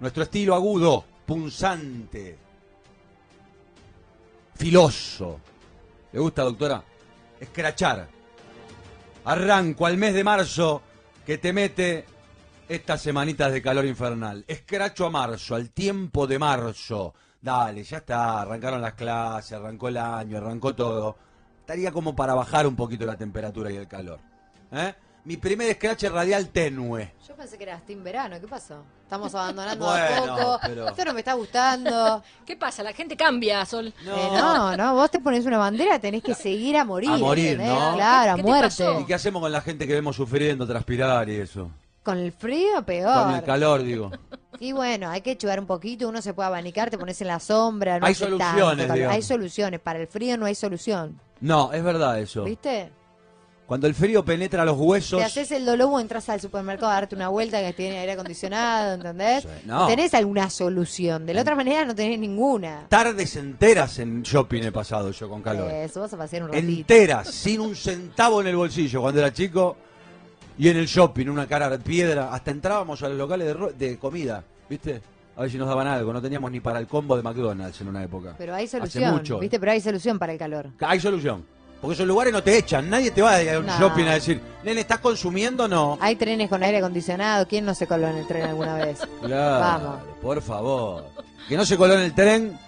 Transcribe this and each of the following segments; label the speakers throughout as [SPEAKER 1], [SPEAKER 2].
[SPEAKER 1] Nuestro estilo agudo, punzante, filoso. ¿Le gusta, doctora? Escrachar. Arranco al mes de marzo que te mete estas semanitas de calor infernal. Escracho a marzo, al tiempo de marzo. Dale, ya está, arrancaron las clases, arrancó el año, arrancó todo. Estaría como para bajar un poquito la temperatura y el calor. ¿Eh? Mi primer escrache radial tenue.
[SPEAKER 2] Yo pensé que era Steam Verano, ¿qué pasó? Estamos abandonando
[SPEAKER 1] Bueno,
[SPEAKER 2] a poco.
[SPEAKER 1] pero-
[SPEAKER 2] Esto no me está gustando.
[SPEAKER 3] ¿Qué pasa? La gente cambia, Sol.
[SPEAKER 2] Eh, no, no, vos te pones una bandera, tenés que seguir a morir.
[SPEAKER 1] A morir,
[SPEAKER 2] ¿entendés?
[SPEAKER 1] ¿no?
[SPEAKER 2] Claro, a
[SPEAKER 3] ¿Qué te
[SPEAKER 1] ¿Y
[SPEAKER 2] muerte.
[SPEAKER 3] pasó?
[SPEAKER 1] qué hacemos con la gente que vemos sufriendo, transpirar y eso?
[SPEAKER 2] Con el frío,
[SPEAKER 1] Con el
[SPEAKER 2] peor.
[SPEAKER 1] calor, digo.
[SPEAKER 2] Y bueno, hay que chugar un poquito, uno se puede abanicar, te pones en la sombra. No
[SPEAKER 1] Hay
[SPEAKER 2] hace tanto
[SPEAKER 1] soluciones,
[SPEAKER 2] calor.
[SPEAKER 1] digamos.
[SPEAKER 2] Hay soluciones, para el frío no hay solución.
[SPEAKER 1] No, es verdad eso.
[SPEAKER 2] ¿Viste?
[SPEAKER 1] Cuando el frío penetra los huesos.
[SPEAKER 2] Te haces el dolobo, entras al supermercado a darte una vuelta que tiene aire acondicionado, ¿entendés?
[SPEAKER 1] Sí, no.
[SPEAKER 2] Tenés alguna solución. De la otra manera no tenés ninguna.
[SPEAKER 1] Tardes enteras en shopping he pasado yo con calor.
[SPEAKER 2] Eso, vas a pasear Eh, un ratito.
[SPEAKER 1] enteras, sin un centavo en el bolsillo cuando era chico. Y en el shopping, una cara de piedra. Hasta entrábamos a los locales de, ro- de comida, ¿viste? A ver si nos daban algo. No teníamos ni para el combo de McDonald's en una época.
[SPEAKER 2] Pero hay
[SPEAKER 1] Hace
[SPEAKER 2] solución,
[SPEAKER 1] mucho.
[SPEAKER 2] ¿viste? Pero hay solución para el calor.
[SPEAKER 1] Hay solución. Porque esos lugares no te echan. Nadie te va a un
[SPEAKER 2] No.
[SPEAKER 1] shopping a decir, nene, ¿estás consumiendo o no?
[SPEAKER 2] Hay trenes con aire acondicionado. ¿Quién no se coló en el tren alguna vez?
[SPEAKER 1] Claro,
[SPEAKER 2] Vamos.
[SPEAKER 1] por favor. Que no se coló en el tren,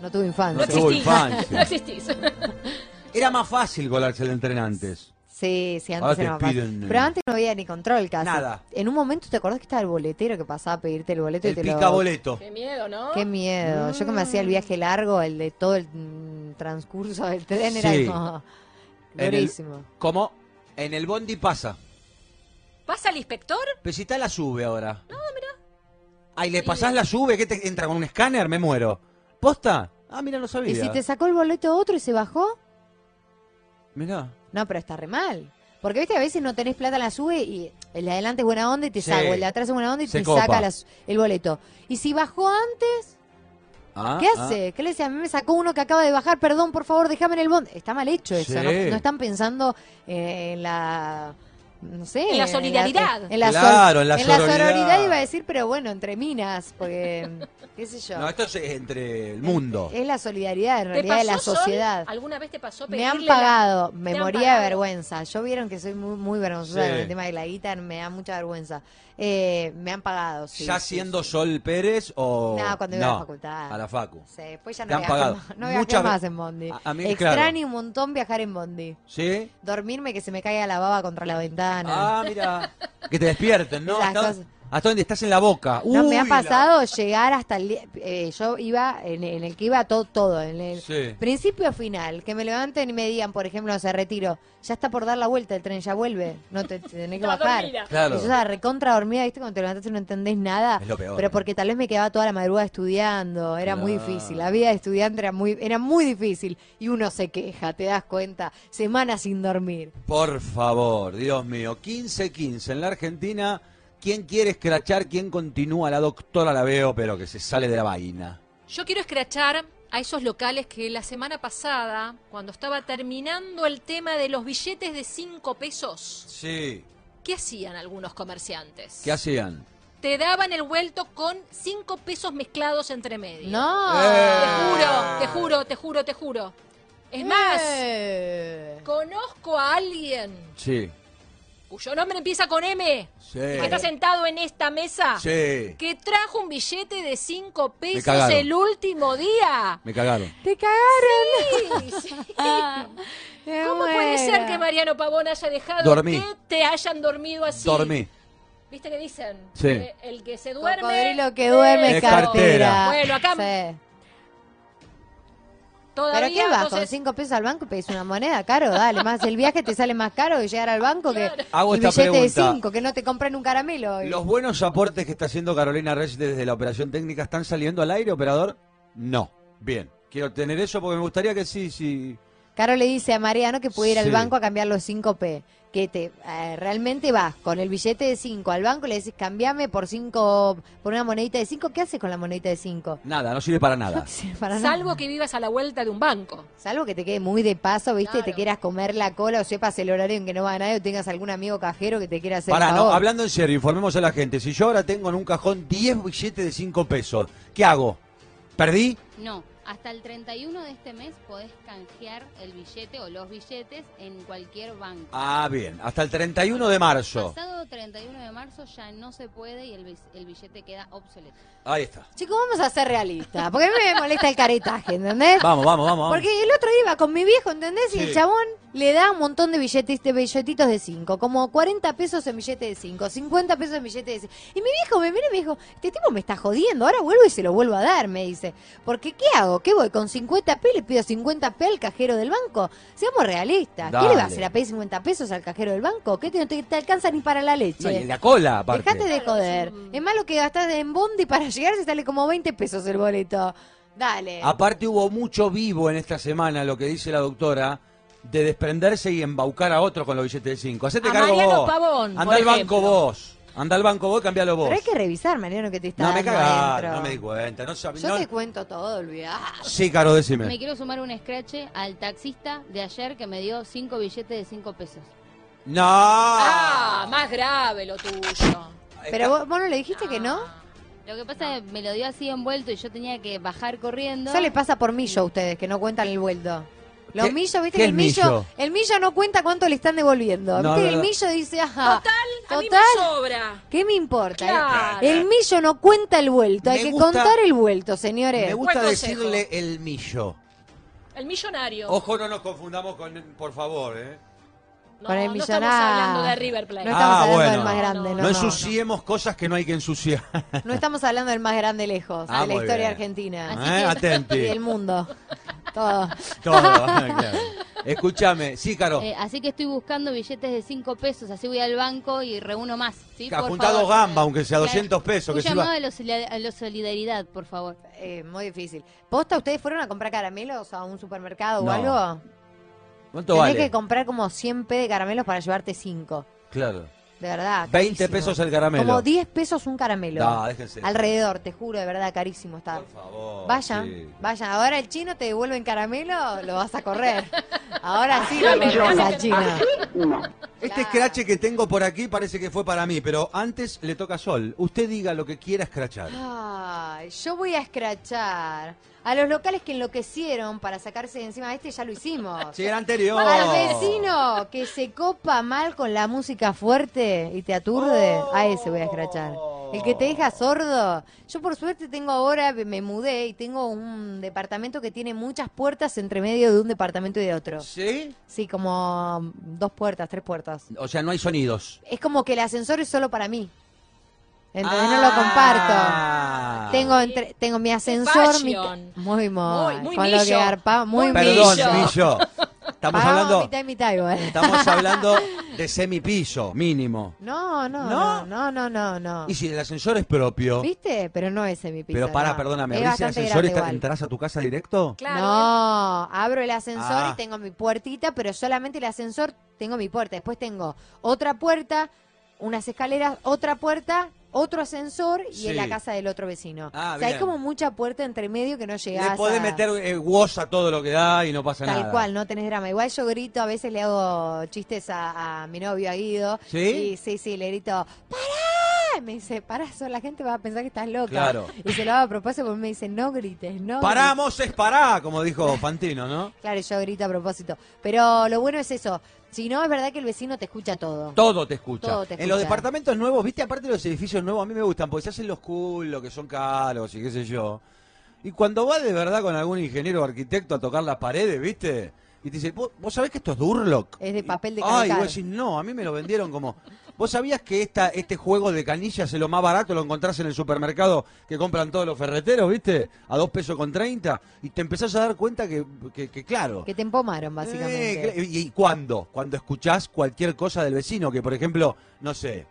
[SPEAKER 2] No tuvo
[SPEAKER 3] No
[SPEAKER 2] infancia.
[SPEAKER 1] No tuvo
[SPEAKER 3] existís.
[SPEAKER 1] infancia.
[SPEAKER 3] No existís.
[SPEAKER 1] era más fácil colarse en el tren antes.
[SPEAKER 2] Sí, sí,
[SPEAKER 1] Ahora
[SPEAKER 2] antes
[SPEAKER 1] te
[SPEAKER 2] era más fácil.
[SPEAKER 1] piden, eh,
[SPEAKER 2] Pero antes no había ni control casi.
[SPEAKER 1] Nada.
[SPEAKER 2] En un momento, ¿te acordás que estaba el boletero que pasaba a pedirte el boleto y
[SPEAKER 1] El
[SPEAKER 2] Este
[SPEAKER 1] Mm.
[SPEAKER 2] te lo-
[SPEAKER 1] pica boleto.
[SPEAKER 3] Qué miedo, ¿no?
[SPEAKER 2] Qué miedo. Yo que me hacía el viaje largo, el de todo el mm, transcurso del tren,
[SPEAKER 1] Sí.
[SPEAKER 2] era como...
[SPEAKER 1] En el-
[SPEAKER 2] Durísimo.
[SPEAKER 1] Como en el bondi pasa.
[SPEAKER 3] ¿Pasa el inspector?
[SPEAKER 1] Pesita la sube ahora. No, mira. Ay, ¿le pasás la sube? ¿Qué te entra con un escáner? Me muero. ¿Posta? Ah, mira, no sabía.
[SPEAKER 2] ¿Y si te sacó el boleto otro y se bajó?
[SPEAKER 1] Mirá.
[SPEAKER 2] No, pero está re mal. Porque, viste, a veces no tenés plata, la sube y el de adelante es buena onda y te
[SPEAKER 1] Sí.
[SPEAKER 2] saca, el de atrás es buena onda y
[SPEAKER 1] Se
[SPEAKER 2] te
[SPEAKER 1] copa.
[SPEAKER 2] saca la su- el boleto. Y si bajó antes,
[SPEAKER 1] Ah,
[SPEAKER 2] ¿qué
[SPEAKER 1] ah.
[SPEAKER 2] hace? ¿Qué le dice? A mí me sacó uno que acaba de bajar, perdón, por favor, déjame en el bond. Está mal hecho eso,
[SPEAKER 1] Sí.
[SPEAKER 2] ¿no? No están pensando eh, en la... No sé.
[SPEAKER 3] En la solidaridad.
[SPEAKER 2] En la, sol-
[SPEAKER 1] Claro, en la
[SPEAKER 2] En
[SPEAKER 1] sororidad.
[SPEAKER 2] la sororidad iba a decir, pero bueno, entre minas, porque... qué sé yo.
[SPEAKER 1] No, esto es entre el mundo.
[SPEAKER 2] Es la solidaridad, en
[SPEAKER 3] ¿Te
[SPEAKER 2] realidad, de la
[SPEAKER 3] pasó, Sol?
[SPEAKER 2] sociedad.
[SPEAKER 3] ¿Alguna vez te pasó
[SPEAKER 2] Me han
[SPEAKER 3] pedirle la-
[SPEAKER 2] pagado, me
[SPEAKER 3] te han
[SPEAKER 2] moría
[SPEAKER 3] pagado.
[SPEAKER 2] de vergüenza. Yo vieron que soy muy, muy vergonzosa
[SPEAKER 1] Sí.
[SPEAKER 2] con el tema de la guita, me da mucha vergüenza. Eh, me han pagado, sí.
[SPEAKER 1] ¿Ya
[SPEAKER 2] sí,
[SPEAKER 1] siendo
[SPEAKER 2] sí.
[SPEAKER 1] Sol Pérez o.?
[SPEAKER 2] No, cuando iba a la facultad.
[SPEAKER 1] A la Facu.
[SPEAKER 2] Sí, después ya
[SPEAKER 1] Te
[SPEAKER 2] no
[SPEAKER 1] han
[SPEAKER 2] viajé,
[SPEAKER 1] pagado.
[SPEAKER 2] más- no viajé
[SPEAKER 1] Muchas ve-
[SPEAKER 2] más en Bondi.
[SPEAKER 1] A- a mí, claro.
[SPEAKER 2] Extraño un montón viajar en Bondi.
[SPEAKER 1] ¿Sí?
[SPEAKER 2] Dormirme que se me caiga la baba contra la ventana.
[SPEAKER 1] Ah, mira. Que te despierten, ¿no?
[SPEAKER 2] Esas
[SPEAKER 1] Hasta,
[SPEAKER 2] cosas.
[SPEAKER 1] hasta donde estás en la boca.
[SPEAKER 2] No, me ha
[SPEAKER 1] Uy, la-
[SPEAKER 2] pasado llegar hasta el... li- eh, yo iba en, en el que iba todo, todo. En el
[SPEAKER 1] Sí.
[SPEAKER 2] principio final. Que me levanten y me digan, por ejemplo, no se retiro. Ya está por dar la vuelta, el tren ya vuelve. No te, te tenés que
[SPEAKER 3] Estaba
[SPEAKER 2] bajar.
[SPEAKER 3] dormida.
[SPEAKER 1] Claro.
[SPEAKER 2] Y yo estaba recontra dormida, ¿viste? Cuando te levantaste no entendés nada.
[SPEAKER 1] Es lo peor.
[SPEAKER 2] Pero porque tal vez me quedaba toda la madrugada estudiando. Era muy
[SPEAKER 1] Claro.
[SPEAKER 2] difícil. La vida de estudiante era muy, era muy difícil. Y uno se queja, te das cuenta. Semanas sin dormir.
[SPEAKER 1] Por favor, Dios mío. 15-15 en la Argentina. ¿Quién quiere escrachar? ¿Quién continúa? La doctora la veo, pero que se sale de la vaina.
[SPEAKER 3] Yo quiero escrachar a esos locales que la semana pasada, cuando estaba terminando el tema de los billetes de 5 pesos,
[SPEAKER 1] Sí.
[SPEAKER 3] ¿qué hacían algunos comerciantes?
[SPEAKER 1] ¿Qué hacían?
[SPEAKER 3] Te daban el vuelto con 5 pesos mezclados entre medio.
[SPEAKER 2] No.
[SPEAKER 1] Eh.
[SPEAKER 3] Te juro, te juro, te juro, te juro. Es más,
[SPEAKER 2] Eh.
[SPEAKER 3] conozco a alguien
[SPEAKER 1] Sí.
[SPEAKER 3] cuyo nombre empieza con M,
[SPEAKER 1] Sí.
[SPEAKER 3] que está sentado en esta mesa,
[SPEAKER 1] Eh, Sí.
[SPEAKER 3] que trajo un billete de 5 pesos
[SPEAKER 1] cagaron.
[SPEAKER 3] el último día.
[SPEAKER 1] Me cagaron.
[SPEAKER 2] Te cagaron.
[SPEAKER 3] Sí, sí.
[SPEAKER 2] Me
[SPEAKER 3] ¿Cómo puede
[SPEAKER 2] muero.
[SPEAKER 3] ser que Mariano Pavón haya dejado
[SPEAKER 1] Dormí.
[SPEAKER 3] que te hayan dormido así?
[SPEAKER 1] Dormí.
[SPEAKER 3] ¿Viste que dicen?
[SPEAKER 1] Sí.
[SPEAKER 3] Eh, El que se duerme.
[SPEAKER 2] Cocodrilo que duerme
[SPEAKER 1] Es
[SPEAKER 2] es
[SPEAKER 1] cartera.
[SPEAKER 2] cartera.
[SPEAKER 3] Bueno, acá
[SPEAKER 2] Sí.
[SPEAKER 3] todavía.
[SPEAKER 2] ¿Pero qué vas? ¿Con
[SPEAKER 3] entonces,
[SPEAKER 2] cinco pesos al banco pedís una moneda? Caro, dale. Más el viaje te sale más caro que llegar al banco que
[SPEAKER 3] Claro.
[SPEAKER 1] Hago
[SPEAKER 2] un
[SPEAKER 1] esta
[SPEAKER 2] billete
[SPEAKER 1] pregunta.
[SPEAKER 2] de cinco, que no te compren un caramelo. hoy.
[SPEAKER 1] ¿Los buenos aportes que está haciendo Carolina Reyes desde la operación técnica están saliendo al aire, operador? No. Bien. Quiero tener eso porque me gustaría que sí, sí.
[SPEAKER 2] Caro le dice a Mariano que puede ir
[SPEAKER 1] Sí.
[SPEAKER 2] al banco a cambiar los 5P. Que te eh, realmente vas con el billete de 5 al banco y le decís, cambiame por 5, por una monedita de 5. ¿Qué haces con la monedita de 5?
[SPEAKER 1] Nada, no sirve para nada.
[SPEAKER 3] Salvo que vivas a la vuelta de un banco.
[SPEAKER 2] Salvo que te quede muy de paso, ¿viste? Te
[SPEAKER 3] Claro.
[SPEAKER 2] quieras comer la cola o sepas el horario en que no va nadie o tengas algún amigo cajero que te quiera hacer
[SPEAKER 1] Pará,
[SPEAKER 2] el
[SPEAKER 1] no,
[SPEAKER 2] favor.
[SPEAKER 1] hablando en serio, informemos a la gente. Si yo ahora tengo en un cajón 10 billetes de 5 pesos, ¿qué hago? ¿Perdí?
[SPEAKER 4] No, hasta el 31 de este mes podés canjear el billete o los billetes en cualquier banco.
[SPEAKER 1] Ah, bien, hasta el 31 de marzo.
[SPEAKER 4] Pasado 31 de marzo ya no se puede y el, bis- el billete queda obsoleto.
[SPEAKER 1] Ahí está.
[SPEAKER 2] Chicos, vamos a ser realistas, porque a mí me molesta el caretaje, ¿entendés?
[SPEAKER 1] Vamos, vamos, vamos. vamos.
[SPEAKER 2] Porque el otro día iba con mi viejo, ¿entendés? Y
[SPEAKER 1] Sí.
[SPEAKER 2] el chabón le da un montón de billetes, de billetitos de 5, como 40 pesos en billete de 5, 50 pesos en billete de 5. Y mi viejo me mira y me dijo, este tipo me está jodiendo, ahora vuelvo y se lo vuelvo a dar, me dice. Porque ¿qué hago? ¿Qué voy? ¿Con 50 p le pido 50 p al cajero del banco? Seamos realistas. ¿Qué le
[SPEAKER 1] Dale.
[SPEAKER 2] vas a hacer? ¿A pedir 50 pesos al cajero del banco? ¿Qué te, no te, te alcanza ni para la leche?
[SPEAKER 1] No, y en la cola, aparte.
[SPEAKER 2] Dejate de
[SPEAKER 3] Claro,
[SPEAKER 2] joder.
[SPEAKER 3] es un-
[SPEAKER 2] Es malo que gastas en bondi para llegar se sale como 20 pesos el boleto. Dale.
[SPEAKER 1] Aparte hubo mucho vivo en esta semana, lo que dice la doctora, de desprenderse y embaucar a otro con los billetes de 5. Hacete
[SPEAKER 3] A
[SPEAKER 1] cargo
[SPEAKER 3] Mariano
[SPEAKER 1] vos.
[SPEAKER 3] Pavón, por
[SPEAKER 1] Anda al banco
[SPEAKER 3] ejemplo.
[SPEAKER 1] vos. Anda al banco vos y cambialo vos.
[SPEAKER 2] Pero hay que revisar, Mariano, que te está
[SPEAKER 1] No me
[SPEAKER 2] dando
[SPEAKER 1] cagás,
[SPEAKER 2] adentro.
[SPEAKER 1] no me di cuenta. No sab-
[SPEAKER 2] Yo
[SPEAKER 1] no-
[SPEAKER 2] te cuento todo, olvidá.
[SPEAKER 1] Sí, Caro,
[SPEAKER 4] Me
[SPEAKER 1] decime.
[SPEAKER 4] quiero sumar un escrache al taxista de ayer que me dio 5 billetes de 5 pesos.
[SPEAKER 1] No.
[SPEAKER 3] Ah, más grave lo tuyo.
[SPEAKER 2] Pero vos, vos no le dijiste que no.
[SPEAKER 4] Lo que pasa es que me lo dio así envuelto y yo tenía que bajar corriendo.
[SPEAKER 2] Eso le pasa por millo a ustedes, que no cuentan el vuelto. Los
[SPEAKER 1] ¿Qué-
[SPEAKER 2] millos, viste
[SPEAKER 1] qué
[SPEAKER 2] que el
[SPEAKER 1] es
[SPEAKER 2] millo,
[SPEAKER 1] millo?
[SPEAKER 2] el millo no cuenta cuánto le están devolviendo.
[SPEAKER 1] No,
[SPEAKER 2] Viste
[SPEAKER 1] no,
[SPEAKER 2] que el
[SPEAKER 1] no.
[SPEAKER 2] millo dice, ajá,
[SPEAKER 3] Total, a mí me
[SPEAKER 2] Total.
[SPEAKER 3] sobra.
[SPEAKER 2] ¿qué me importa?
[SPEAKER 3] Claro.
[SPEAKER 2] El millo no cuenta el vuelto, hay
[SPEAKER 1] Me
[SPEAKER 2] que
[SPEAKER 1] gusta-
[SPEAKER 2] contar el vuelto, señores.
[SPEAKER 1] Me gusta
[SPEAKER 3] Buen consejo.
[SPEAKER 1] decirle el millo.
[SPEAKER 3] El millonario.
[SPEAKER 1] Ojo, no nos confundamos con, por favor, ¿eh?
[SPEAKER 3] no,
[SPEAKER 2] Con el
[SPEAKER 3] no
[SPEAKER 2] millonario.
[SPEAKER 3] estamos hablando de River Plate.
[SPEAKER 2] No estamos
[SPEAKER 1] Ah,
[SPEAKER 2] hablando del
[SPEAKER 1] bueno.
[SPEAKER 2] más grande,
[SPEAKER 1] No,
[SPEAKER 2] no.
[SPEAKER 1] ensuciemos cosas que no hay que ensuciar.
[SPEAKER 2] no. No estamos hablando del más grande lejos,
[SPEAKER 1] Ah,
[SPEAKER 2] de la
[SPEAKER 1] muy
[SPEAKER 2] historia
[SPEAKER 1] bien.
[SPEAKER 2] argentina
[SPEAKER 1] ¿Eh?
[SPEAKER 2] y
[SPEAKER 1] Atenti.
[SPEAKER 2] del mundo. Todo.
[SPEAKER 1] Todo, claro. Escúchame, sí, Caro.
[SPEAKER 4] Eh, así que estoy buscando billetes de 5 pesos, así voy al banco y reúno más. ¿sí?
[SPEAKER 1] Ca-
[SPEAKER 4] Por
[SPEAKER 1] juntá
[SPEAKER 4] favor.
[SPEAKER 1] dos gambas, aunque sea 200 pesos,
[SPEAKER 4] Un
[SPEAKER 1] que
[SPEAKER 4] llamado
[SPEAKER 1] sirva.
[SPEAKER 4] a la solida- a la solidaridad, por favor.
[SPEAKER 2] Eh, muy difícil. ¿Posta ustedes fueron a comprar caramelos a un supermercado
[SPEAKER 1] No.
[SPEAKER 2] o algo?
[SPEAKER 1] ¿Cuánto
[SPEAKER 2] Tenés
[SPEAKER 1] vale?
[SPEAKER 2] que comprar como 100 p de caramelos para llevarte 5.
[SPEAKER 1] Claro.
[SPEAKER 2] De verdad.
[SPEAKER 1] 20
[SPEAKER 2] carísimo.
[SPEAKER 1] pesos el caramelo.
[SPEAKER 2] Como 10 pesos un caramelo.
[SPEAKER 1] No, déjense.
[SPEAKER 2] Alrededor, te juro, de verdad, carísimo está.
[SPEAKER 1] Por favor.
[SPEAKER 2] Vayan,
[SPEAKER 1] sí.
[SPEAKER 2] vayan. Ahora el chino te devuelve en caramelo, lo vas a correr. Ahora sí lo corres al chino.
[SPEAKER 1] Este escrache que tengo por aquí parece que fue para mí, pero antes le toca a Sol. Usted diga lo que quiera escrachar.
[SPEAKER 2] Ah. Ay, yo voy a escrachar a los locales que enloquecieron para sacarse de encima de este, ya lo hicimos.
[SPEAKER 1] Sí, el anterior.
[SPEAKER 2] Al vecino que se copa mal con la música fuerte y te aturde,
[SPEAKER 1] Oh.
[SPEAKER 2] a ese voy a escrachar. El que te deja sordo. Yo por suerte tengo ahora, me mudé y tengo un departamento que tiene muchas puertas entre medio de un departamento y de otro.
[SPEAKER 1] ¿Sí?
[SPEAKER 2] Sí, como dos puertas, tres puertas.
[SPEAKER 1] O sea, no hay sonidos.
[SPEAKER 2] Es como que el ascensor es solo para mí. Entonces no lo comparto.
[SPEAKER 1] Ah.
[SPEAKER 2] Tengo entre, tengo mi ascensor, mi
[SPEAKER 3] pasión.
[SPEAKER 2] muy, muy,
[SPEAKER 3] Muy- muy
[SPEAKER 2] con lo que
[SPEAKER 3] millo.
[SPEAKER 2] garpa, muy,
[SPEAKER 3] Muy
[SPEAKER 1] Perdón,
[SPEAKER 3] Millo.
[SPEAKER 1] Millo. Estamos
[SPEAKER 2] Pagamos
[SPEAKER 1] hablando,
[SPEAKER 2] mitad y mitad igual.
[SPEAKER 1] estamos hablando de semipiso, mínimo.
[SPEAKER 2] No, no,
[SPEAKER 1] ¿No?
[SPEAKER 2] no, no, no, no, no.
[SPEAKER 1] Y si el ascensor es propio,
[SPEAKER 2] ¿Viste? Pero no es mi piso.
[SPEAKER 1] pero para,
[SPEAKER 2] no.
[SPEAKER 1] perdóname,
[SPEAKER 2] Es
[SPEAKER 1] ¿abrís el
[SPEAKER 2] bastante
[SPEAKER 1] ascensor y
[SPEAKER 2] grande
[SPEAKER 1] está-
[SPEAKER 2] igual.
[SPEAKER 1] entrás a tu casa directo?
[SPEAKER 3] Claro.
[SPEAKER 2] No, abro el ascensor
[SPEAKER 1] Ah.
[SPEAKER 2] y tengo mi puertita, pero solamente el ascensor tengo mi puerta. Después tengo otra puerta, unas escaleras, otra puerta, otro ascensor y
[SPEAKER 1] Sí.
[SPEAKER 2] en la casa del otro vecino.
[SPEAKER 1] Ah,
[SPEAKER 2] o sea, hay
[SPEAKER 1] bien.
[SPEAKER 2] como mucha puerta entre medio que no llegás.
[SPEAKER 1] Le podés
[SPEAKER 2] a-
[SPEAKER 1] meter eh, WOS a todo lo que da y no pasa
[SPEAKER 2] Tal
[SPEAKER 1] nada.
[SPEAKER 2] cual, no tenés drama. Igual yo grito, a veces le hago chistes a, a mi novio, a Guido.
[SPEAKER 1] ¿Sí?
[SPEAKER 2] Y sí, sí, le grito, ¡pará! Y me dice, pará, Sol, la gente va a pensar que estás loca.
[SPEAKER 1] Claro.
[SPEAKER 2] Y se lo hago a propósito porque me dice, no grites, no. grites".
[SPEAKER 1] Paramos es pará, como dijo Fantino, ¿no?
[SPEAKER 2] Claro, yo grito a propósito. Pero lo bueno es eso. Si no, es verdad que el vecino te escucha todo.
[SPEAKER 1] Todo te escucha.
[SPEAKER 2] Todo te
[SPEAKER 1] En los
[SPEAKER 2] escucha.
[SPEAKER 1] departamentos nuevos, viste, aparte de los edificios nuevos, a mí me gustan, porque se hacen los cool, los que son caros y qué sé yo. Y cuando vas de verdad con algún ingeniero o arquitecto a tocar las paredes, viste, y te dice, ¿vos, vos sabés que esto es Durlock?
[SPEAKER 2] Es de papel de
[SPEAKER 1] Ay,
[SPEAKER 2] canotar.
[SPEAKER 1] vos decís, no, a mí me lo vendieron como... ¿Vos sabías que esta, este juego de canillas es lo más barato? Lo encontrás en el supermercado que compran todos los ferreteros, ¿viste? A dos pesos con 30. Y te empezás a dar cuenta que, que- que claro.
[SPEAKER 2] Que te empomaron,
[SPEAKER 1] Eh,
[SPEAKER 2] básicamente.
[SPEAKER 1] cl- ¿Y, y cuándo? Cuando escuchás cualquier cosa del vecino, que por ejemplo, no sé,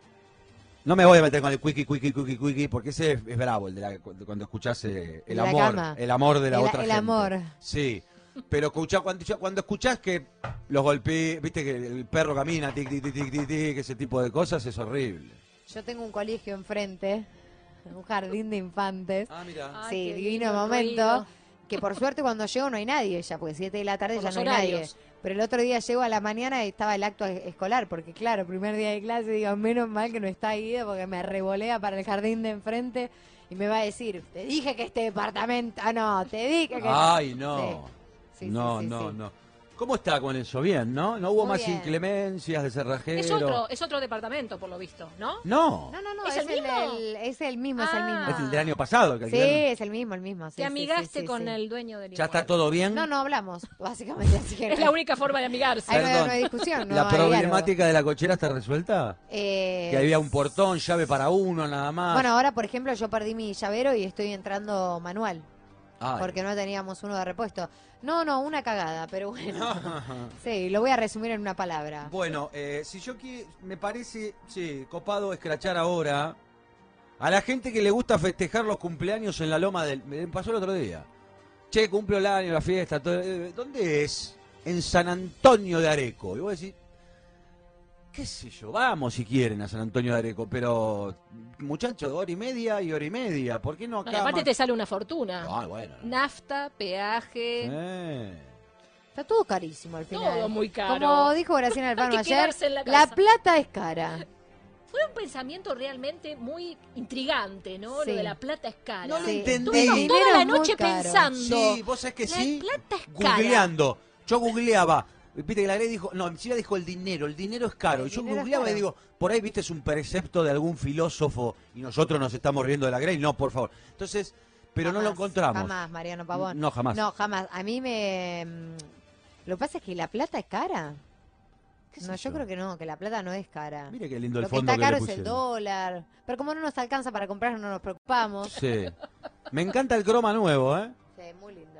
[SPEAKER 1] no me voy a meter con el cuiki, cuiki, cuiki, cuiki, porque ese es, es bravo, el de la- cu- cuando escuchás eh, el
[SPEAKER 2] De la
[SPEAKER 1] amor,
[SPEAKER 2] cama.
[SPEAKER 1] el amor de la
[SPEAKER 2] El-
[SPEAKER 1] otra
[SPEAKER 2] el
[SPEAKER 1] gente.
[SPEAKER 2] amor.
[SPEAKER 1] Sí. Pero escuchá, cuando, ya- cuando escuchás que los golpees, viste que el perro camina, tic, tic, tic, tic, tic, tic, ese tipo de cosas, es horrible.
[SPEAKER 2] Yo tengo un colegio enfrente, un jardín de infantes.
[SPEAKER 1] Ah, mira.
[SPEAKER 3] Ay,
[SPEAKER 2] sí,
[SPEAKER 3] qué
[SPEAKER 2] divino
[SPEAKER 3] lindo,
[SPEAKER 2] momento.
[SPEAKER 3] ruido.
[SPEAKER 2] Que por suerte cuando llego no hay nadie ya, porque 7 de la tarde
[SPEAKER 3] Por
[SPEAKER 2] ya
[SPEAKER 3] los
[SPEAKER 2] no hay nadie.
[SPEAKER 3] horarios.
[SPEAKER 2] Pero el otro día llego a la mañana y estaba el acto es- escolar, porque claro, primer día de clase, digo, menos mal que no está Guido porque me revolea para el jardín de enfrente y me va a decir, te dije que este departamento, ah, no, te dije que...
[SPEAKER 1] Ay, no.
[SPEAKER 2] Sí, sí,
[SPEAKER 1] no,
[SPEAKER 2] sí,
[SPEAKER 1] no,
[SPEAKER 2] sí.
[SPEAKER 1] no. ¿Cómo está con eso? Bien, ¿no? No hubo
[SPEAKER 2] Muy
[SPEAKER 1] más
[SPEAKER 2] bien.
[SPEAKER 1] inclemencias de cerrajero.
[SPEAKER 3] Es otro, es otro departamento, por lo visto, ¿no?
[SPEAKER 1] No.
[SPEAKER 2] No, no, no, es,
[SPEAKER 3] ¿Es
[SPEAKER 2] el,
[SPEAKER 3] el mismo?
[SPEAKER 2] del- es el mismo, es el
[SPEAKER 3] Ah.
[SPEAKER 1] Es
[SPEAKER 2] mismo.
[SPEAKER 1] el del año pasado. Que
[SPEAKER 2] Sí,
[SPEAKER 1] alquilaron.
[SPEAKER 2] es el mismo, el mismo. sí, sí,
[SPEAKER 3] Te
[SPEAKER 2] sí,
[SPEAKER 3] amigaste
[SPEAKER 2] sí,
[SPEAKER 3] con
[SPEAKER 2] sí.
[SPEAKER 3] el dueño del
[SPEAKER 1] ¿Ya está
[SPEAKER 3] inmueble.
[SPEAKER 1] todo bien?
[SPEAKER 2] No, no hablamos, básicamente. Así que
[SPEAKER 3] Es
[SPEAKER 2] no-
[SPEAKER 3] la única forma de amigarse.
[SPEAKER 2] Ahí no, hay-
[SPEAKER 1] Perdón.
[SPEAKER 2] no hay discusión. No
[SPEAKER 1] ¿La
[SPEAKER 2] hay diálogo.
[SPEAKER 1] problemática de la cochera está resuelta?
[SPEAKER 2] Eh,
[SPEAKER 1] Que había un portón, llave para uno nada más.
[SPEAKER 2] Bueno, ahora, por ejemplo, yo perdí mi llavero y estoy entrando manual.
[SPEAKER 1] Ay.
[SPEAKER 2] Porque no teníamos uno de repuesto. No, no, una cagada, pero bueno. sí, lo voy a resumir en una palabra.
[SPEAKER 1] Bueno, eh, si yo quiero, me parece, sí, copado escrachar ahora a la gente que le gusta festejar los cumpleaños en la loma del... Me pasó el otro día. Che, cumplo el año, la fiesta, todo, eh, ¿dónde es? En San Antonio de Areco. Y vos decís, qué sé yo, vamos si quieren a San Antonio de Areco, pero muchachos, hora y media y hora y media, ¿por qué no
[SPEAKER 3] No,
[SPEAKER 1] acá?
[SPEAKER 3] y aparte
[SPEAKER 1] más-
[SPEAKER 3] te sale una fortuna.
[SPEAKER 1] Ah, bueno.
[SPEAKER 3] Nafta, peaje,
[SPEAKER 1] Eh.
[SPEAKER 2] Está todo carísimo al final.
[SPEAKER 3] todo muy caro.
[SPEAKER 2] Como dijo Graciela
[SPEAKER 3] que
[SPEAKER 2] Alfano ayer,
[SPEAKER 3] quedarse en la
[SPEAKER 2] la
[SPEAKER 3] casa.
[SPEAKER 2] plata es cara.
[SPEAKER 3] Fue un pensamiento realmente muy intrigante, ¿no?
[SPEAKER 2] Sí.
[SPEAKER 3] Lo de la plata es cara.
[SPEAKER 1] No lo
[SPEAKER 2] Sí.
[SPEAKER 1] entendí.
[SPEAKER 2] El
[SPEAKER 3] Estuvimos
[SPEAKER 2] dinero
[SPEAKER 3] toda la
[SPEAKER 2] es muy
[SPEAKER 3] noche
[SPEAKER 2] caro.
[SPEAKER 3] pensando.
[SPEAKER 1] Sí, vos sabés que
[SPEAKER 3] La
[SPEAKER 1] sí.
[SPEAKER 3] plata es cara.
[SPEAKER 1] Googleando. Yo googleaba. Viste que la ley dijo, no, encima dijo el dinero, el dinero es caro.
[SPEAKER 2] El
[SPEAKER 1] Y yo
[SPEAKER 2] dinero es
[SPEAKER 1] googleaba y
[SPEAKER 2] caro.
[SPEAKER 1] digo, por ahí viste es un precepto de algún filósofo y nosotros nos estamos riendo de la Grey. No, por favor. Entonces, pero no lo
[SPEAKER 2] Jamás,
[SPEAKER 1] encontramos.
[SPEAKER 2] Jamás, Mariano Pavón.
[SPEAKER 1] No, jamás.
[SPEAKER 2] No, jamás. A mí me... mm, Lo que pasa es que la plata es cara.
[SPEAKER 1] ¿Qué sé
[SPEAKER 2] No, yo creo que no, que la plata no es cara.
[SPEAKER 1] Mire qué lindo el
[SPEAKER 2] Lo que
[SPEAKER 1] fondo
[SPEAKER 2] está caro
[SPEAKER 1] le
[SPEAKER 2] es el
[SPEAKER 1] pusieron.
[SPEAKER 2] dólar. Pero como no nos alcanza para comprar, no nos preocupamos.
[SPEAKER 1] Sí. Me encanta el croma nuevo, ¿eh?
[SPEAKER 2] Sí, muy lindo.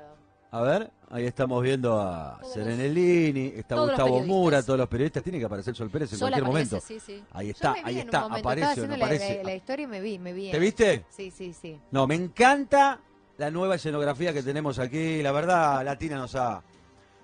[SPEAKER 1] A ver, ahí estamos viendo a
[SPEAKER 3] Todos.
[SPEAKER 1] Serenelini, está
[SPEAKER 3] Todos los
[SPEAKER 1] Gustavo
[SPEAKER 3] periodistas.
[SPEAKER 1] Mura, todos los periodistas. Tiene que aparecer Sol Pérez en
[SPEAKER 3] Sola
[SPEAKER 1] cualquier
[SPEAKER 3] aparece,
[SPEAKER 1] momento.
[SPEAKER 3] sí, sí.
[SPEAKER 1] Ahí
[SPEAKER 2] Yo
[SPEAKER 1] está,
[SPEAKER 2] me vi
[SPEAKER 1] ahí
[SPEAKER 2] en un
[SPEAKER 1] está,
[SPEAKER 2] momento,
[SPEAKER 1] aparece,
[SPEAKER 2] estaba
[SPEAKER 1] o no
[SPEAKER 2] haciendo la-
[SPEAKER 1] aparece.
[SPEAKER 2] La, la historia y me vi, me vi.
[SPEAKER 1] ¿Te viste?
[SPEAKER 2] Sí, sí, sí.
[SPEAKER 1] No, me encanta la nueva escenografía que tenemos aquí. La verdad, Latina nos ha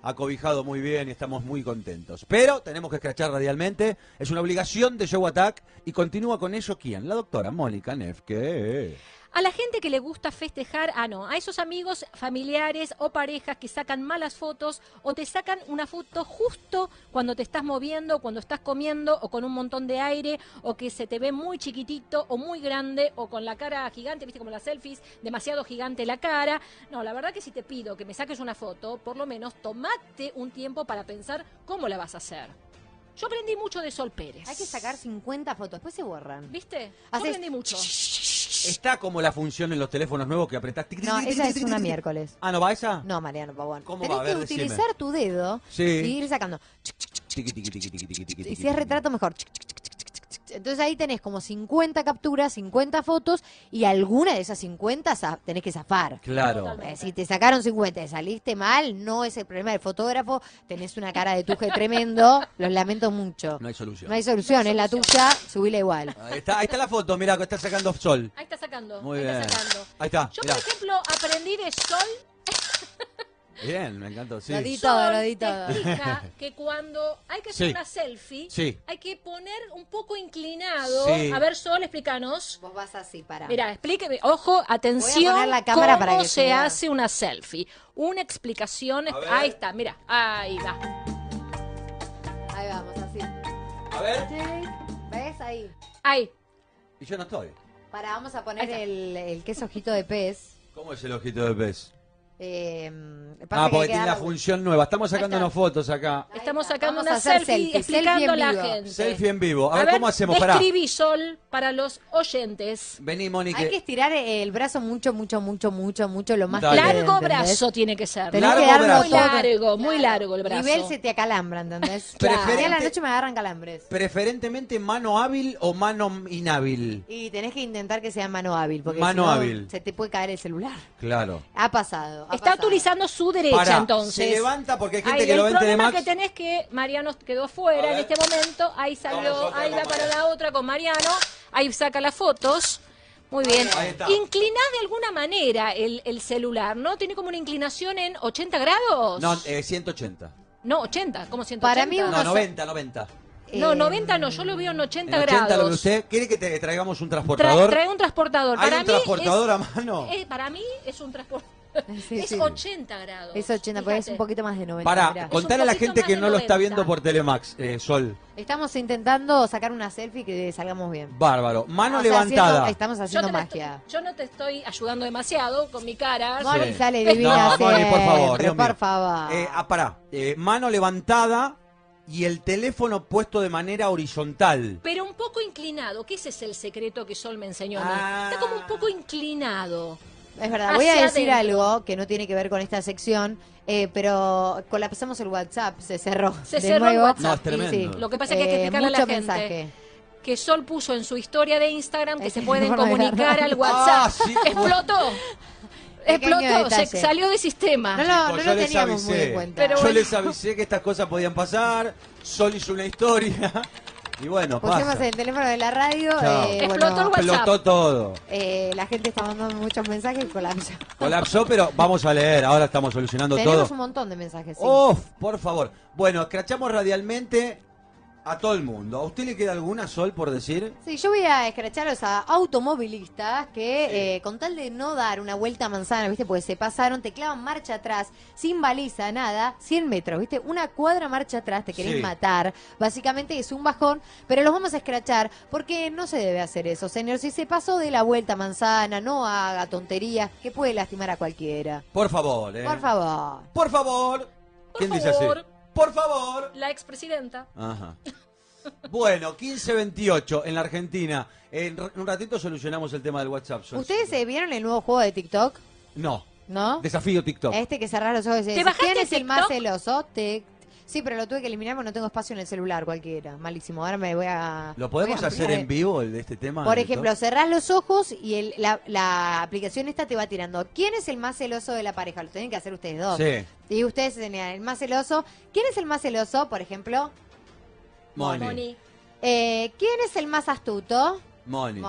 [SPEAKER 1] acobijado muy bien y estamos muy contentos. Pero tenemos que escrachar radialmente. Es una obligación de Show Attack. Y continúa con ello, ¿quién? La doctora Mónica Nefke.
[SPEAKER 3] A la gente que le gusta festejar, ah no, a esos amigos, familiares o parejas que sacan malas fotos o te sacan una foto justo cuando te estás moviendo, cuando estás comiendo o con un montón de aire o que se te ve muy chiquitito o muy grande o con la cara gigante, viste como las selfies, demasiado gigante la cara. No, la verdad que si te pido que me saques una foto, por lo menos tomate un tiempo para pensar cómo la vas a hacer. Yo aprendí mucho de Sol Pérez.
[SPEAKER 2] Hay que sacar 50 fotos, después se borran.
[SPEAKER 3] ¿Viste? Yo
[SPEAKER 2] Haces-
[SPEAKER 3] aprendí mucho.
[SPEAKER 1] Está como la función en los teléfonos nuevos que apretás. tic, tic,
[SPEAKER 2] No,
[SPEAKER 1] tic, tic,
[SPEAKER 2] esa es
[SPEAKER 1] tic,
[SPEAKER 2] una
[SPEAKER 1] tic, tic.
[SPEAKER 2] miércoles.
[SPEAKER 1] Ah, ¿no va esa?
[SPEAKER 2] No, Mariano Pavón.
[SPEAKER 1] ¿Cómo
[SPEAKER 2] Tenés
[SPEAKER 1] va? A
[SPEAKER 2] que
[SPEAKER 1] ver, decime.
[SPEAKER 2] utilizar tu dedo
[SPEAKER 1] Sí.
[SPEAKER 2] y ir sacando.
[SPEAKER 1] Tiqui, tiqui, tiqui, tiqui, tiqui, tiqui,
[SPEAKER 2] Y
[SPEAKER 1] tiqui,
[SPEAKER 2] si es
[SPEAKER 1] tiqui.
[SPEAKER 2] retrato, mejor. Entonces ahí tenés como 50 capturas, 50 fotos y alguna de esas 50 za- tenés que zafar.
[SPEAKER 1] Claro.
[SPEAKER 3] Totalmente.
[SPEAKER 2] Eh, Si te sacaron 50 y saliste mal, no es el problema del fotógrafo. Tenés una cara de tuje tremendo. Los lamento mucho.
[SPEAKER 1] No hay solución.
[SPEAKER 2] No hay solución,
[SPEAKER 3] No hay
[SPEAKER 2] es la tuya. Subila igual.
[SPEAKER 1] Ahí, está, ahí está la foto, mira, que está sacando sol.
[SPEAKER 3] Ahí está sacando.
[SPEAKER 1] Muy
[SPEAKER 3] ahí
[SPEAKER 1] bien.
[SPEAKER 3] está sacando.
[SPEAKER 1] Ahí está,
[SPEAKER 3] Yo,
[SPEAKER 1] mirá.
[SPEAKER 3] por ejemplo, aprendí de Sol.
[SPEAKER 1] Bien, me encantó. Sí.
[SPEAKER 2] Lo di
[SPEAKER 3] Sol
[SPEAKER 2] todo, lo di
[SPEAKER 3] te
[SPEAKER 2] todo.
[SPEAKER 3] explica que cuando hay que hacer
[SPEAKER 1] Sí.
[SPEAKER 3] una selfie,
[SPEAKER 1] Sí.
[SPEAKER 3] hay que poner un poco inclinado.
[SPEAKER 1] Sí.
[SPEAKER 3] A ver, Sol, explícanos.
[SPEAKER 2] Vos vas así, para.
[SPEAKER 3] Mira, explíqueme. Ojo, atención.
[SPEAKER 2] poner la cámara
[SPEAKER 3] cómo
[SPEAKER 2] para que
[SPEAKER 3] se
[SPEAKER 2] se vea.
[SPEAKER 3] hace una selfie. Una explicación.
[SPEAKER 1] A ver.
[SPEAKER 3] Ahí está, mira. Ahí va.
[SPEAKER 2] Ahí vamos, así.
[SPEAKER 1] A ver.
[SPEAKER 2] Check. ¿Ves ahí?
[SPEAKER 3] Ahí.
[SPEAKER 1] Y yo no estoy.
[SPEAKER 2] Para, vamos a poner el, el queso ojito de pez.
[SPEAKER 1] ¿Cómo es el ojito de pez?
[SPEAKER 2] Eh, pasa
[SPEAKER 1] Ah,
[SPEAKER 2] que
[SPEAKER 1] porque
[SPEAKER 2] hay que
[SPEAKER 1] tiene la
[SPEAKER 2] darle-
[SPEAKER 1] función nueva. Estamos sacándonos
[SPEAKER 3] está.
[SPEAKER 1] fotos acá.
[SPEAKER 2] Ahí
[SPEAKER 3] Estamos
[SPEAKER 2] está,
[SPEAKER 3] sacando
[SPEAKER 2] vamos a
[SPEAKER 3] una
[SPEAKER 2] hacer
[SPEAKER 3] selfie,
[SPEAKER 2] selfie,
[SPEAKER 3] explicando
[SPEAKER 2] selfie en
[SPEAKER 3] a la
[SPEAKER 2] vivo.
[SPEAKER 3] gente.
[SPEAKER 1] Selfie en vivo. A, ver, cómo hacemos. Pará.
[SPEAKER 3] Describí, Sol, para los oyentes.
[SPEAKER 1] Vení, Mónica.
[SPEAKER 2] Hay que estirar el brazo mucho, mucho, mucho, mucho, mucho, lo más
[SPEAKER 1] Dale.
[SPEAKER 2] que
[SPEAKER 3] Largo
[SPEAKER 2] ¿entendés?
[SPEAKER 3] brazo tiene que ser.
[SPEAKER 2] Tenés
[SPEAKER 1] Largo
[SPEAKER 2] que darlo
[SPEAKER 1] brazo.
[SPEAKER 3] Muy
[SPEAKER 2] todo.
[SPEAKER 3] largo, muy largo el brazo.
[SPEAKER 2] Nivel se te acalambra, ¿entendés?
[SPEAKER 1] Claro.
[SPEAKER 2] A mí a la
[SPEAKER 1] Preferente-
[SPEAKER 2] noche me agarran calambres.
[SPEAKER 1] Preferentemente mano hábil o mano inhábil.
[SPEAKER 2] Y tenés que intentar que sea mano hábil, porque
[SPEAKER 1] Mano
[SPEAKER 2] si no,
[SPEAKER 1] hábil.
[SPEAKER 2] se te puede caer el celular.
[SPEAKER 1] Claro.
[SPEAKER 2] Ha pasado. ha
[SPEAKER 3] Está
[SPEAKER 2] pasado.
[SPEAKER 3] utilizando su derecha
[SPEAKER 1] Pará,
[SPEAKER 3] entonces.
[SPEAKER 1] Se levanta porque hay gente
[SPEAKER 3] Ahí,
[SPEAKER 1] que
[SPEAKER 3] el
[SPEAKER 1] lo vende de
[SPEAKER 3] problema
[SPEAKER 1] Max.
[SPEAKER 3] que tenés que Mariano quedó
[SPEAKER 1] A
[SPEAKER 3] fuera en
[SPEAKER 1] ver.
[SPEAKER 3] este momento. Ahí
[SPEAKER 1] Vamos,
[SPEAKER 3] salió,
[SPEAKER 1] otra
[SPEAKER 3] ahí
[SPEAKER 1] con
[SPEAKER 3] va para
[SPEAKER 1] Mariano.
[SPEAKER 3] la otra con Mariano. Ahí saca las fotos. Muy bien.
[SPEAKER 1] Ahí está.
[SPEAKER 3] Inclinás de alguna manera el, el celular, ¿no? Tiene como una inclinación en 80 grados.
[SPEAKER 1] No, eh, 180.
[SPEAKER 3] No, 80, como 180.
[SPEAKER 2] Para mí
[SPEAKER 1] No,
[SPEAKER 2] unos-
[SPEAKER 1] 90, 90.
[SPEAKER 3] No,
[SPEAKER 2] Eh,
[SPEAKER 3] 90 no, yo lo veo en 80,
[SPEAKER 1] En 80 lo
[SPEAKER 3] grados.
[SPEAKER 1] que usted. ¿Quiere que te traigamos un
[SPEAKER 3] Tra-
[SPEAKER 1] transportador?
[SPEAKER 3] trae un transportador.
[SPEAKER 1] ¿Hay
[SPEAKER 3] para
[SPEAKER 1] un
[SPEAKER 3] mí
[SPEAKER 1] transportador
[SPEAKER 3] es,
[SPEAKER 1] a mano?
[SPEAKER 3] eh, para mí es un transportador.
[SPEAKER 2] Oh. Sí,
[SPEAKER 3] es
[SPEAKER 2] sí.
[SPEAKER 3] 80 grados.
[SPEAKER 2] Es 80, pero es
[SPEAKER 3] Fíjate.
[SPEAKER 2] un poquito más de 90.
[SPEAKER 1] Para,
[SPEAKER 2] mirá.
[SPEAKER 3] con-
[SPEAKER 1] contar a la
[SPEAKER 3] poquito
[SPEAKER 1] gente
[SPEAKER 3] más
[SPEAKER 1] que
[SPEAKER 3] de
[SPEAKER 1] no lo está
[SPEAKER 3] 90.
[SPEAKER 1] viendo por Telemax, eh, Sol.
[SPEAKER 2] Estamos intentando sacar una selfie que salgamos bien.
[SPEAKER 1] Bárbaro. Mano
[SPEAKER 2] O sea,
[SPEAKER 1] levantada.
[SPEAKER 2] haciendo- estamos
[SPEAKER 3] Yo,
[SPEAKER 2] haciendo
[SPEAKER 3] te la estoy-
[SPEAKER 2] magia.
[SPEAKER 3] yo no te estoy ayudando demasiado con mi cara.
[SPEAKER 1] Vale.
[SPEAKER 2] Moni
[SPEAKER 1] Sí.
[SPEAKER 2] sale divina
[SPEAKER 1] No, Moni, por favor,
[SPEAKER 2] siempre,
[SPEAKER 1] Dios mío.
[SPEAKER 2] por favor.
[SPEAKER 1] Eh, ah, pará. Eh, mano levantada y el teléfono puesto de manera horizontal.
[SPEAKER 3] Pero un poco inclinado, que ese es el secreto que Sol me enseñó. a mí.
[SPEAKER 1] Ah.
[SPEAKER 3] Está como un poco inclinado.
[SPEAKER 2] Es verdad, voy a
[SPEAKER 3] Hacia
[SPEAKER 2] decir
[SPEAKER 3] adentro.
[SPEAKER 2] algo que no tiene que ver con esta sección, eh, pero colapsamos el WhatsApp, se cerró.
[SPEAKER 3] Se
[SPEAKER 2] de
[SPEAKER 3] cerró el
[SPEAKER 2] nuevo.
[SPEAKER 3] WhatsApp.
[SPEAKER 1] No, es tremendo.
[SPEAKER 3] Lo que pasa es que hay que
[SPEAKER 2] Eh,
[SPEAKER 3] explicarle a la
[SPEAKER 2] mucho
[SPEAKER 3] gente
[SPEAKER 2] mensaje.
[SPEAKER 3] que Sol puso en su historia de Instagram que
[SPEAKER 2] Es
[SPEAKER 3] se
[SPEAKER 2] el
[SPEAKER 3] pueden
[SPEAKER 2] teléfono de
[SPEAKER 3] comunicar
[SPEAKER 2] Bernardo.
[SPEAKER 3] al WhatsApp.
[SPEAKER 1] Ah, sí.
[SPEAKER 3] Explotó.
[SPEAKER 2] Pequeño
[SPEAKER 3] Explotó. Se
[SPEAKER 2] detalle.
[SPEAKER 3] salió de sistema.
[SPEAKER 2] No lo,
[SPEAKER 1] Chicos,
[SPEAKER 2] no
[SPEAKER 1] yo
[SPEAKER 2] lo
[SPEAKER 1] les
[SPEAKER 2] teníamos muy
[SPEAKER 1] avisé.
[SPEAKER 2] en cuenta.
[SPEAKER 3] Ah. Pero
[SPEAKER 1] Yo
[SPEAKER 3] bueno.
[SPEAKER 1] les avisé que estas cosas podían pasar. Sol hizo una historia. Y bueno,
[SPEAKER 2] Pusimos
[SPEAKER 1] pasa.
[SPEAKER 2] el teléfono de la radio.
[SPEAKER 1] Chao.
[SPEAKER 2] eh,
[SPEAKER 3] Explotó
[SPEAKER 2] bueno,
[SPEAKER 3] el WhatsApp.
[SPEAKER 1] Explotó todo.
[SPEAKER 2] eh, la gente está mandando muchos mensajes y colapsa.
[SPEAKER 1] Colapsó, pero vamos a leer. Ahora estamos solucionando
[SPEAKER 2] Tenemos
[SPEAKER 1] todo. Oh.
[SPEAKER 2] un montón de mensajes. sí.
[SPEAKER 1] Off, por favor. Bueno, escrachamos radialmente a todo el mundo. ¿A usted le queda alguna, Sol, por decir?
[SPEAKER 2] Sí, yo voy a escracharlos a automovilistas que eh, con tal de no dar una vuelta a manzana, ¿viste? Porque se pasaron, te clavan marcha atrás, sin baliza, nada, 100 metros, ¿viste? Una cuadra marcha atrás, te querés
[SPEAKER 1] Sí.
[SPEAKER 2] matar. Básicamente es un bajón, pero los vamos a escrachar porque no se debe hacer eso, señor. Si se pasó de la vuelta a manzana, no haga tonterías que puede lastimar a cualquiera.
[SPEAKER 1] Por favor, ¿eh?
[SPEAKER 2] Por favor.
[SPEAKER 1] Por favor.
[SPEAKER 3] Por
[SPEAKER 1] ¿Quién dice así?
[SPEAKER 3] favor.
[SPEAKER 1] Por favor.
[SPEAKER 3] La expresidenta.
[SPEAKER 1] Ajá. Bueno, 1528 en la Argentina. En r- un ratito solucionamos el tema del WhatsApp. Sol.
[SPEAKER 2] ¿Ustedes eh, vieron el nuevo juego de TikTok?
[SPEAKER 1] No.
[SPEAKER 2] ¿No?
[SPEAKER 1] Desafío TikTok.
[SPEAKER 2] Este que cerrar los ojos y decir,
[SPEAKER 3] bajaste
[SPEAKER 2] ¿quién es el
[SPEAKER 3] TikTok?
[SPEAKER 2] más celoso? Tic. Sí, pero lo tuve que eliminar porque no tengo espacio en el celular cualquiera. Malísimo. Ahora me voy a...
[SPEAKER 1] ¿Lo podemos
[SPEAKER 2] voy a
[SPEAKER 1] hacer
[SPEAKER 2] ampliar.
[SPEAKER 1] en vivo el de este tema?
[SPEAKER 2] Por
[SPEAKER 1] de
[SPEAKER 2] ejemplo,
[SPEAKER 1] TikTok?
[SPEAKER 2] cerrás los ojos y el- la, la aplicación esta te va tirando. ¿Quién es el más celoso de la pareja? Lo tienen que hacer ustedes dos.
[SPEAKER 1] Sí.
[SPEAKER 2] Y ustedes tenían el más celoso. ¿Quién es el más celoso? Por ejemplo,
[SPEAKER 1] Moni. Moni.
[SPEAKER 3] Moni.
[SPEAKER 2] eh, ¿quién es el más astuto? Moni.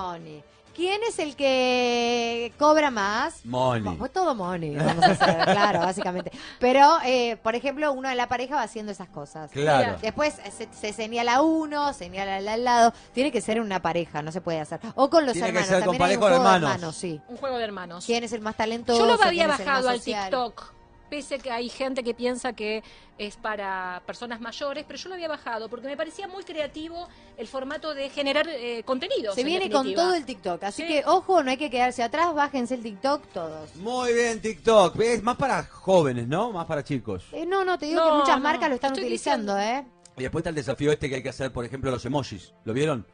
[SPEAKER 2] ¿Quién es el que cobra más?
[SPEAKER 1] Moni.
[SPEAKER 2] Vamos, pues todo money, vamos a hacer, claro, básicamente. Pero, eh, por ejemplo, uno de la pareja va haciendo esas cosas.
[SPEAKER 1] Claro.
[SPEAKER 2] Después eh, se, se señala uno, señala al al lado. Tiene que ser una pareja, no se puede hacer. O con los
[SPEAKER 1] Tiene que
[SPEAKER 2] hermanos.
[SPEAKER 1] ser con
[SPEAKER 2] también hay
[SPEAKER 1] pareja
[SPEAKER 2] un
[SPEAKER 1] o
[SPEAKER 2] juego de
[SPEAKER 1] hermanos.
[SPEAKER 2] sí.
[SPEAKER 3] Un juego de hermanos.
[SPEAKER 2] ¿Quién es el más talentoso?
[SPEAKER 3] Yo lo había
[SPEAKER 2] ¿Quién es el
[SPEAKER 3] bajado
[SPEAKER 2] más
[SPEAKER 3] al
[SPEAKER 2] social?
[SPEAKER 3] TikTok. Pese que hay gente que piensa que es para personas mayores, pero yo lo había bajado porque me parecía muy creativo el formato de generar eh, contenidos.
[SPEAKER 2] Se
[SPEAKER 3] en
[SPEAKER 2] viene con
[SPEAKER 3] definitiva.
[SPEAKER 2] todo el TikTok. Así
[SPEAKER 3] Sí.
[SPEAKER 2] que, ojo, no hay que quedarse atrás. Bájense el TikTok todos.
[SPEAKER 1] Muy bien, TikTok. Es más para jóvenes, ¿no? Más para chicos.
[SPEAKER 2] Eh, no, no, te digo
[SPEAKER 3] No,
[SPEAKER 2] que muchas
[SPEAKER 3] no,
[SPEAKER 2] marcas lo están
[SPEAKER 3] estoy
[SPEAKER 2] utilizando, ¿eh?
[SPEAKER 1] Y después está el desafío este que hay que hacer, por ejemplo, los emojis. ¿Lo vieron?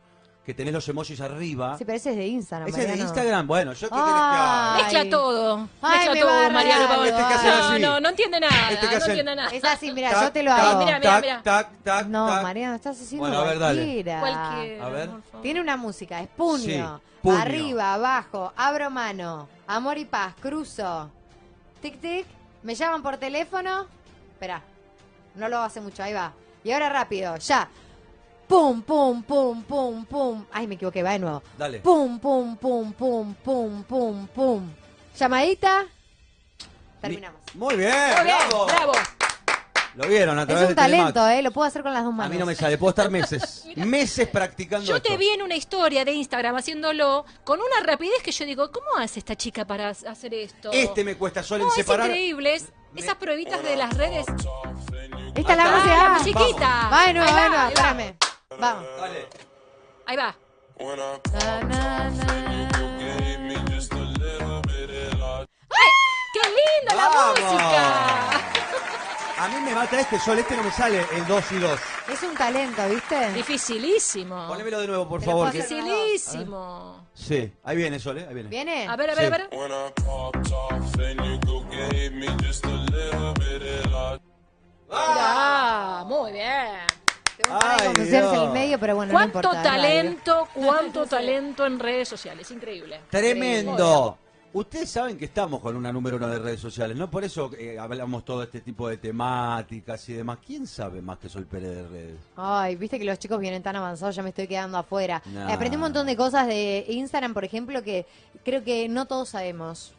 [SPEAKER 1] Que tenés los emojis arriba.
[SPEAKER 2] Sí, pero ese es de Instagram.
[SPEAKER 1] Ah. Ese es de
[SPEAKER 2] Mariano.
[SPEAKER 1] Instagram. Bueno, yo qué querés que
[SPEAKER 2] Ah.
[SPEAKER 1] haga.
[SPEAKER 3] Mezcla
[SPEAKER 2] Ay.
[SPEAKER 3] todo.
[SPEAKER 2] Ay,
[SPEAKER 3] Mezcla
[SPEAKER 2] me
[SPEAKER 3] todo,
[SPEAKER 2] barra,
[SPEAKER 3] Mariano Pavón.
[SPEAKER 2] Este que hace
[SPEAKER 3] no,
[SPEAKER 1] así.
[SPEAKER 3] no, no entiende nada.
[SPEAKER 1] Este que
[SPEAKER 3] no
[SPEAKER 1] hace-
[SPEAKER 3] entiende nada.
[SPEAKER 2] Es así, mira,
[SPEAKER 1] Tac,
[SPEAKER 2] yo te lo
[SPEAKER 1] tac,
[SPEAKER 2] hago.
[SPEAKER 3] Mirá, mirá,
[SPEAKER 1] tac,
[SPEAKER 3] mirá.
[SPEAKER 1] tac, tac,
[SPEAKER 2] No,
[SPEAKER 1] tac.
[SPEAKER 2] Mariana, estás haciendo
[SPEAKER 1] Ah, Bueno, a ver, dale.
[SPEAKER 2] cualquiera.
[SPEAKER 3] Cualquiera,
[SPEAKER 1] A ver.
[SPEAKER 3] por favor.
[SPEAKER 2] Tiene una música, es puño.
[SPEAKER 1] Sí, puño.
[SPEAKER 2] Arriba, abajo, abro mano, amor y paz, cruzo. Tic, tic, me llaman por teléfono. Espera, no lo hace mucho, ahí va. Y ahora rápido, ya. Pum, pum, pum, pum, pum. Ay, me equivoqué, va de nuevo.
[SPEAKER 1] Dale.
[SPEAKER 2] Pum, pum, pum, pum, pum, pum, pum. Llamadita. Terminamos.
[SPEAKER 1] Mi- Muy bien,
[SPEAKER 3] Muy bien,
[SPEAKER 1] bravo.
[SPEAKER 3] bravo.
[SPEAKER 1] Lo vieron a través
[SPEAKER 2] Es un
[SPEAKER 1] de Telemax.
[SPEAKER 2] talento, ¿eh? Lo puedo hacer con las dos manos.
[SPEAKER 1] A mí no me sale, puedo estar meses, meses practicando
[SPEAKER 3] Yo te
[SPEAKER 1] esto.
[SPEAKER 3] vi en una historia de Instagram haciéndolo con una rapidez que yo digo, ¿cómo hace esta chica para hacer esto?
[SPEAKER 1] Este me cuesta solo
[SPEAKER 3] no,
[SPEAKER 1] en
[SPEAKER 3] es
[SPEAKER 1] separar.
[SPEAKER 3] increíble. es- esas pruebitas de las redes.
[SPEAKER 2] Esta es la
[SPEAKER 1] Ah,
[SPEAKER 2] música.
[SPEAKER 3] la
[SPEAKER 1] vamos.
[SPEAKER 3] musiquita.
[SPEAKER 2] Va de nuevo,
[SPEAKER 3] Ahí
[SPEAKER 2] va de
[SPEAKER 3] va,
[SPEAKER 2] nuevo,
[SPEAKER 3] ahí va.
[SPEAKER 2] espérame. Vamos.
[SPEAKER 1] Dale.
[SPEAKER 3] Ahí va.
[SPEAKER 2] Na, na, na.
[SPEAKER 3] ¡Qué linda
[SPEAKER 1] Vamos.
[SPEAKER 3] la música!
[SPEAKER 1] A mí me mata este sol, este no me sale el 2 y 2.
[SPEAKER 2] Es un talento, ¿viste?
[SPEAKER 3] Dificilísimo.
[SPEAKER 1] Ponémelo de nuevo, por
[SPEAKER 2] Te lo
[SPEAKER 1] favor.
[SPEAKER 2] paso.
[SPEAKER 1] que-
[SPEAKER 3] Dificilísimo.
[SPEAKER 1] Sí, ahí viene sol, ¿eh? ahí viene.
[SPEAKER 2] ¿Viene?
[SPEAKER 3] A ver, a ver, a
[SPEAKER 1] Sí.
[SPEAKER 3] ver.
[SPEAKER 5] When I popped off, then you go gave me just a little bit of love.
[SPEAKER 3] Ah, muy bien.
[SPEAKER 1] Ay,
[SPEAKER 2] Confusiones en
[SPEAKER 1] Dios.
[SPEAKER 2] el medio, pero bueno, no
[SPEAKER 3] Cuánto
[SPEAKER 2] importa. dale.
[SPEAKER 3] talento, cuánto talento en redes sociales. Increíble. Increíble.
[SPEAKER 1] Tremendo. Ustedes saben que estamos con una número uno de redes sociales, ¿no? Por eso eh, hablamos todo este tipo de temáticas y demás. ¿Quién sabe más que Sol Pérez de redes?
[SPEAKER 2] Ay, viste que los chicos vienen tan avanzados, ya me estoy quedando afuera.
[SPEAKER 1] No.
[SPEAKER 2] Eh, Aprendí un montón de cosas de Instagram, por ejemplo, que creo que no todos sabemos.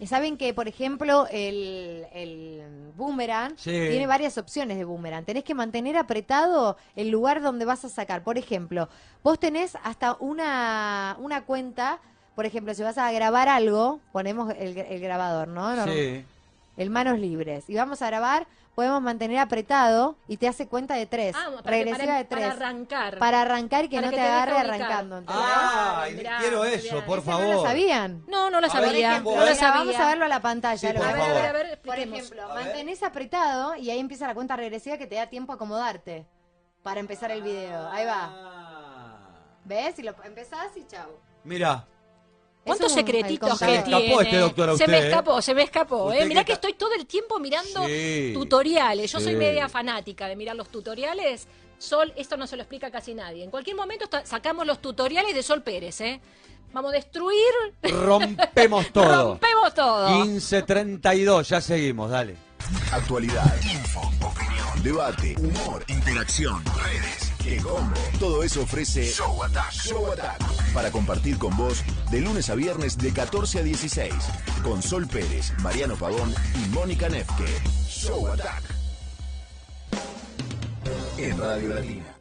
[SPEAKER 2] Eh, Saben que, por ejemplo, el, el boomerang
[SPEAKER 1] Sí.
[SPEAKER 2] tiene varias opciones de boomerang. Tenés que mantener apretado el lugar donde vas a sacar. Por ejemplo, vos tenés hasta una, una cuenta, por ejemplo, si vas a grabar algo, ponemos el, gra- el grabador, ¿no? Norm-
[SPEAKER 1] Sí.
[SPEAKER 2] el manos libres. Y vamos a grabar, podemos mantener apretado y te hace cuenta de tres.
[SPEAKER 3] Ah, para,
[SPEAKER 2] regresiva
[SPEAKER 3] para-
[SPEAKER 2] de tres.
[SPEAKER 3] para arrancar.
[SPEAKER 2] Para arrancar y que
[SPEAKER 3] Para
[SPEAKER 2] no
[SPEAKER 3] que
[SPEAKER 2] te
[SPEAKER 3] te deje
[SPEAKER 2] agarre
[SPEAKER 3] ubicar.
[SPEAKER 2] arrancando. ¿entendés?
[SPEAKER 1] Ah,
[SPEAKER 3] Ay, mirá,
[SPEAKER 1] quiero
[SPEAKER 3] mirá.
[SPEAKER 1] eso, por
[SPEAKER 2] Ese
[SPEAKER 1] favor.
[SPEAKER 2] No lo sabían.
[SPEAKER 3] No, no la
[SPEAKER 1] A ver,
[SPEAKER 3] sabía.
[SPEAKER 1] ejemplo,
[SPEAKER 3] no la
[SPEAKER 1] ¿eh?
[SPEAKER 2] Venga,
[SPEAKER 3] sabía.
[SPEAKER 2] vamos a verlo a la pantalla.
[SPEAKER 1] Sí, por
[SPEAKER 2] lo que
[SPEAKER 3] a ver,
[SPEAKER 2] vamos
[SPEAKER 3] a
[SPEAKER 1] favor.
[SPEAKER 3] ver, a ver,
[SPEAKER 2] Por
[SPEAKER 3] expliquemos.
[SPEAKER 2] ejemplo,
[SPEAKER 1] A ver.
[SPEAKER 2] mantenés apretado y ahí empieza la cuenta regresiva que te da tiempo a acomodarte para empezar el video. Ahí va. ¿Ves? Y lo empezás y chau.
[SPEAKER 1] Mira,
[SPEAKER 2] Es
[SPEAKER 3] ¿Cuántos
[SPEAKER 2] un- el
[SPEAKER 3] secretitos
[SPEAKER 1] Se
[SPEAKER 2] contador.
[SPEAKER 1] le
[SPEAKER 3] que
[SPEAKER 1] escapó
[SPEAKER 3] tiene?
[SPEAKER 1] este doctor a
[SPEAKER 3] se me
[SPEAKER 1] usted, ¿eh?
[SPEAKER 3] escapó, se me escapó.
[SPEAKER 1] Usted
[SPEAKER 3] ¿eh? Mirá
[SPEAKER 1] que
[SPEAKER 3] que,
[SPEAKER 1] está-
[SPEAKER 3] estoy todo el tiempo mirando
[SPEAKER 1] Sí.
[SPEAKER 3] tutoriales. Yo soy
[SPEAKER 1] Sí.
[SPEAKER 3] media fanática de mirar los tutoriales. Sol, esto no se lo explica casi nadie. En cualquier momento está- sacamos los tutoriales de Sol Pérez, ¿eh? Vamos a destruir,
[SPEAKER 1] rompemos todo.
[SPEAKER 3] rompemos todo.
[SPEAKER 1] 1532, ya seguimos, dale.
[SPEAKER 6] Actualidad, info, opinión, debate, humor, interacción, redes, que hombre. Todo eso ofrece Show Attack. Show Attack. Para compartir con vos de lunes a viernes de 14 a 16. Con Sol Pérez, Mariano Pavón y Mónica Nefke. Show Attack. En Radio Latina.